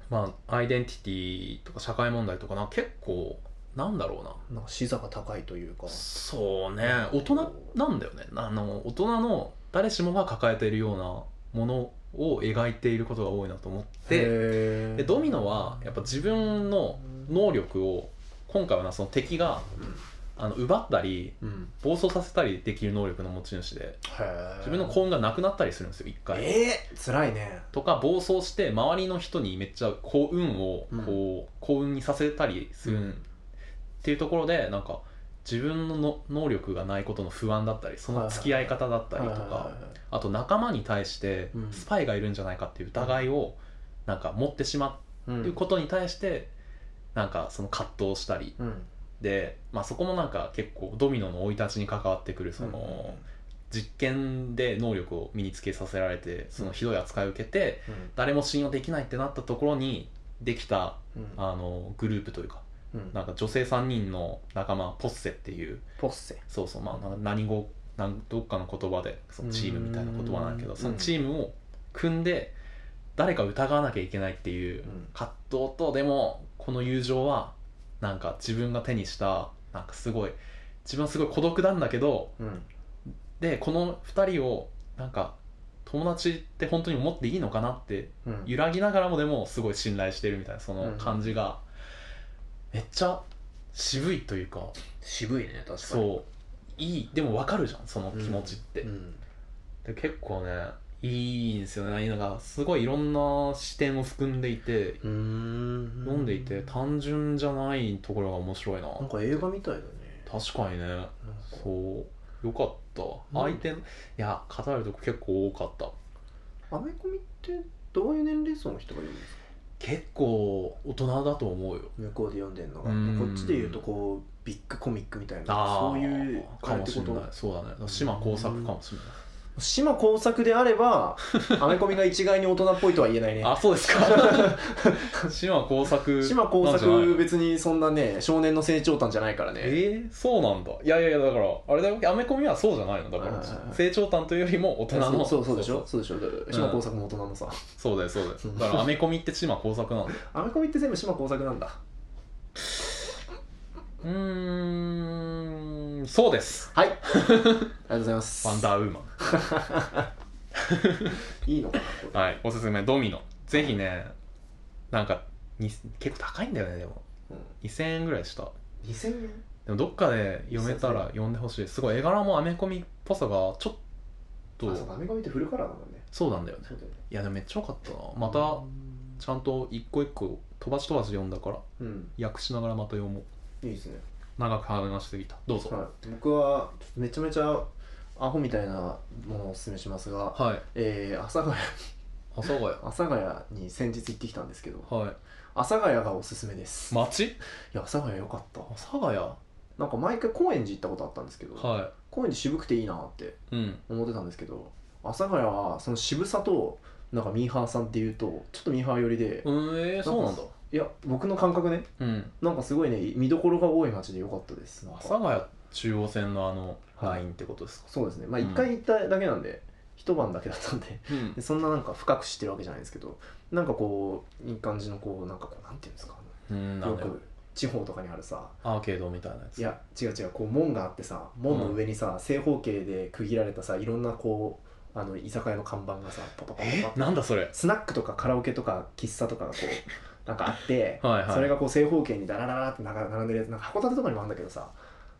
まあアイデンティティとか社会問題とかな結構なんだろうななんか視座が高いというかそうね大人なんだよねあの大人の誰しもが抱えているようなものを描いていることが多いなと思ってででドミノはやっぱ自分の能力を今回はなその敵があの奪ったりうん暴走させたりできる能力の持ち主でへえ自分の幸運がなくなったりするんですよ一回。えー辛いねとか暴走して周りの人にめっちゃ幸運をこう、幸運にさせたりする、うんっていうところでなんか自分のの能力がないことの不安だったりその付き合い方だったりとはいはいはいかはいあと仲間に対してうんスパイがいるんじゃないかっていう疑いをなんか持ってしまううことに対してなんかその葛藤したりうんで、まあ、そこもなんか結構ドミノの生い立ちに関わってくるその。実験で能力を身につけさせられてそのひどい扱いを受けて、うん誰も信用できないってなったところにできたうんあのグループというかうんなんか女性3人の仲間ポッセっていうポッセそうそうまあな何語なんどっかの言葉でそのチームみたいな言葉なんだけうどんそのチームを組んで誰か疑わなきゃいけないっていううん葛藤とでもこの友情はなんか自分が手にしたなんかすごい自分はすごい孤独なんだけどうんでこの2人をなんか友達って本当に思っていいのかなってうん揺らぎながらもでもすごい信頼してるみたいなその感じがめっちゃ渋いというか、渋いね確かにそういいでも分かるじゃんその気持ちって、うんで結構ねいいんですよねなんかすごいいろんな視点を含んでいてうーん読んでいて単純じゃないところが面白いななんか映画みたいだね確かにねなんかそうよかったうん相手のいや語るとこ結構多かったアメコミってどういう年齢層の人がいるんですか結構大人だと思うよ向こうで読んでるのがうんこっちで言うとこうビッグコミックみたいなあーそういうかもしれあれっないてこそうだね島工作かもしれないと島工作であればアメコミが一概に大人っぽいとは言えないねあ、そうですか。 [laughs] 島工作。島工なんじゃない作別にそんなね少年の成長譚じゃないからねえー、そうなんだ。いやいやいや、だから、あれだよ、アメコミはそうじゃないの。だかはいはいはら、い成長譚というよりも大人の。そうそうそうでしょそうでしょだから島工作も大人のさ、そうだよ、そうだよ。だから、アメコミって島工作なんだよ。アメコミって全部島工作なんだうーん、そうです。はいありがとうございますワンダーウーマいいのかなこン。はい、おすすめ、ドミノ。ぜひね、なんか、に結構高いんだよね、でも。れ、 2000円ぐらいした。うん、2000円でも、どっかで読めたら読んでほしい。すごい、絵柄もアメコミっぽさが、ちょっあそうと、かアメコミってフルカラーだもんねそうなんだよね。そうだよねいや、でもめっちゃ良かったな。また、ちゃんと一個一個飛ばし飛ばし読んだからうん訳しながらまた読もういいですね長く話してきたどうぞはい、僕はちょっとめちゃめちゃアホみたいなものをおすすめしますが、はいえー、阿佐ヶ谷阿佐ヶ阿佐ヶ谷に先日行ってきたんですけど谷はい阿佐ヶ谷がおすすめです、町いや阿佐ヶ谷良かった阿佐ヶ谷なんか毎回高円寺行ったことあったんですけど、は高円寺渋くていいなっていうん思ってたんですけど阿佐ヶ谷はその渋さとなんかミーハーさんっていうとちょっとミーハー寄りで、うんえー、そうなんだいや僕の感覚ねうんなんかすごいね見どころが多い街で良かったですなん阿か佐ヶ谷中央線のあのはラいインってことですか、そうですねまあうん一回行っただけなんで、一晩だけだったんでうんでそんななんか深く知ってるわけじゃないんですけどなんかこういい感じのこうなんかこうなんていうんですかうんなんよだよく地方とかにあるさアーケードみたいなやついや違う違うこう門があってさ門の上にさ、正方形で区切られたさいろんなこうあの居酒屋の看板がさパパパパえパなんだそれスナックとかカラオケとか喫茶とかがこ [laughs] うなんかあってはいはいそれがこう正方形にダラダラってなんか並んでるやつなんか函館とかにもあるんだけどさ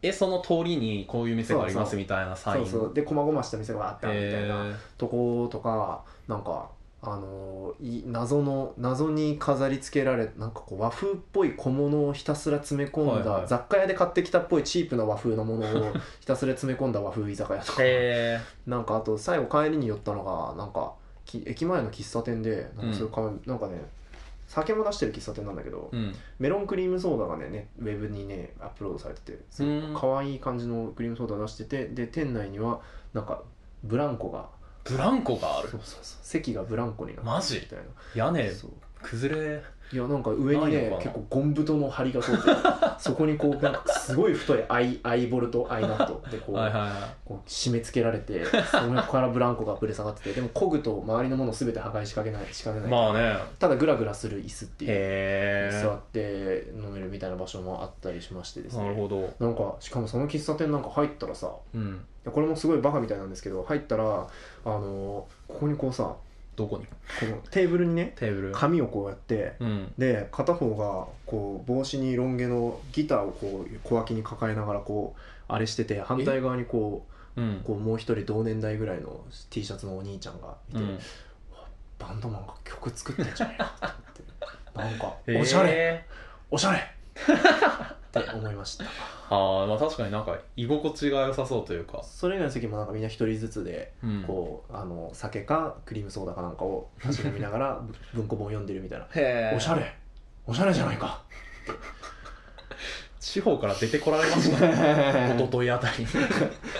えその通りにこういう店がありまそすうみたいなサイそンうそうで細々した店があったみたいな、えーとことかなんかあのーい謎の謎に飾り付けられなんかこう和風っぽい小物をひたすら詰め込んだ、はいはい雑貨屋で買ってきたっぽいチープな和風のものをひたすら詰め込んだ和風居酒屋とか、えなんかあと最後帰りに寄ったのがなんかき駅前の喫茶店でなんかそういうか、なんかね酒も出してる喫茶店なんだけど、ー、うんメロンクリームソーダがねねウェブにねアップロードされててすごく可愛い感じのクリームソーダ出しててで店内にはなんかブランコがブランコがあるそうそうそう席がブランコになってるマジみたいな、屋根そう崩れいやなんか上にないねのか結な構ゴン太の針が通ってて [laughs] そこにこうなんかすごい太いアイアイボルトアイナットでこう,、はいはいはこう締め付けられてそこからブランコがぶれ下がっててでも漕ぐと周りのもの全て破壊しかけないしかねないい、まあねただグラグラする椅子っていうへえ座って飲めるみたいな場所もあったりしましてですなるねほどなんかしかもその喫茶店なんか入ったらさうんいやこれもすごいバカみたいなんですけど入ったらあのここにこうさどこにこのテーブルにねテーブル紙をこうやってうんで片方がこう帽子にロン毛のギターをこう小脇に抱えながらこうあれしてて反対側にこううんこうもう一人同年代ぐらいの T シャツのお兄ちゃんがいうて、んバンドマンが曲作ってんじゃねえかと思ってなんか [laughs] へーおしゃれ、おしゃれって思いましたあーまあ確かになんか居心地が良さそうというかそれ以外の席もなんかみんな一人ずつでうんこうあの酒かクリームソーダかなんかをたしなみながら [laughs] 文庫本読んでるみたいなへえおしゃれおしゃれじゃな [laughs] いか地方から出てこられま [laughs] したね一昨日あたりにい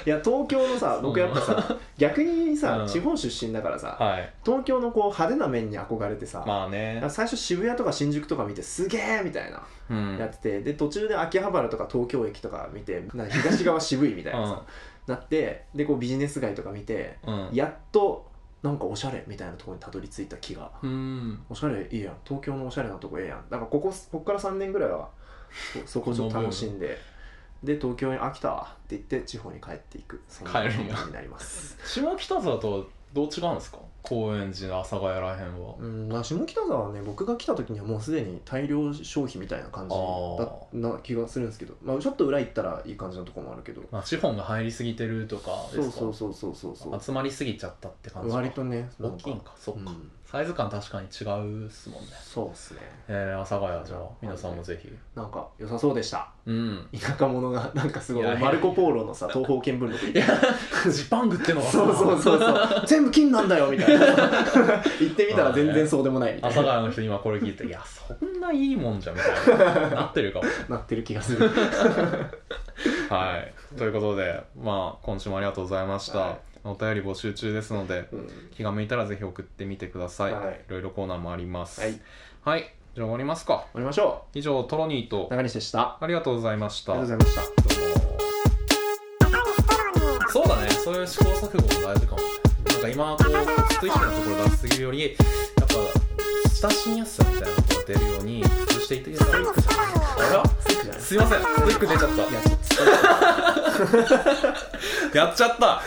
や東京のさそう僕やっぱさ逆にさ、うん地方出身だからさはい東京のこう派手な面に憧れてさ、まあね最初渋谷とか新宿とか見てすげえみたいな [laughs] うんやっててで途中で秋葉原とか東京駅とか見てなんか東側渋いみたいなさ、なってでこうビジネス街とか見てうんやっとなんかおしゃれみたいなところにたどり着いた気がうんおしゃれいいやん東京のおしゃれなとこええやんだからこここっから3年ぐらいは [laughs] そそこをちょっと楽しんでで東京に飽きたわって言って地方に帰っていくそんな帰るんや感じになります下北沢とはどう違うんですか高円寺の阿佐ヶ谷らへんはうんまあ下北沢はね僕が来た時にはもうすでに大量消費みたいな感じあだーな気がするんですけど、まあ、ちょっと裏行ったらいい感じのとこもあるけどまあ資本が入りすぎてるとかでそうすかそうそうそうそうそう集まりすぎちゃったって感じか割とねな大んきいんかそっうか、んサイズ感確かに違うっすもんねそうっすねえー、阿佐ヶ谷じゃあ皆さんもぜひなんか良さそうでしたうん田舎者がなんかすごいいやいやマルコ・ポーロのさ東方見聞録みたいいなやジパングってのがさそうそうそうそう全部金なんだよみたいな [laughs] 言ってみたら全然そうでもないみ阿たい佐ヶな谷の人今これ聞いていやそんないいもんじゃんみたいななってるか [laughs] もなってる気がするはいということでまあ今週もありがとうございました、はいお便り募集中ですのでうん気が向いたらぜひ送ってみてください、はいいろいろコーナーもありますはい終はい、じゃあ終わりますかわりましょ以上トロニーうと中西でしたあありがとうございましたりがとうございましたそうだねそういう試行錯誤も大事かもねなんか今こうストイックなところ出しすぎるよりやっぱ親しみやすさみたいなのが出るように工夫していってくださいあスイックじゃならいすいませんストイック出ちゃっいやちょっと [laughs] たやっちゃった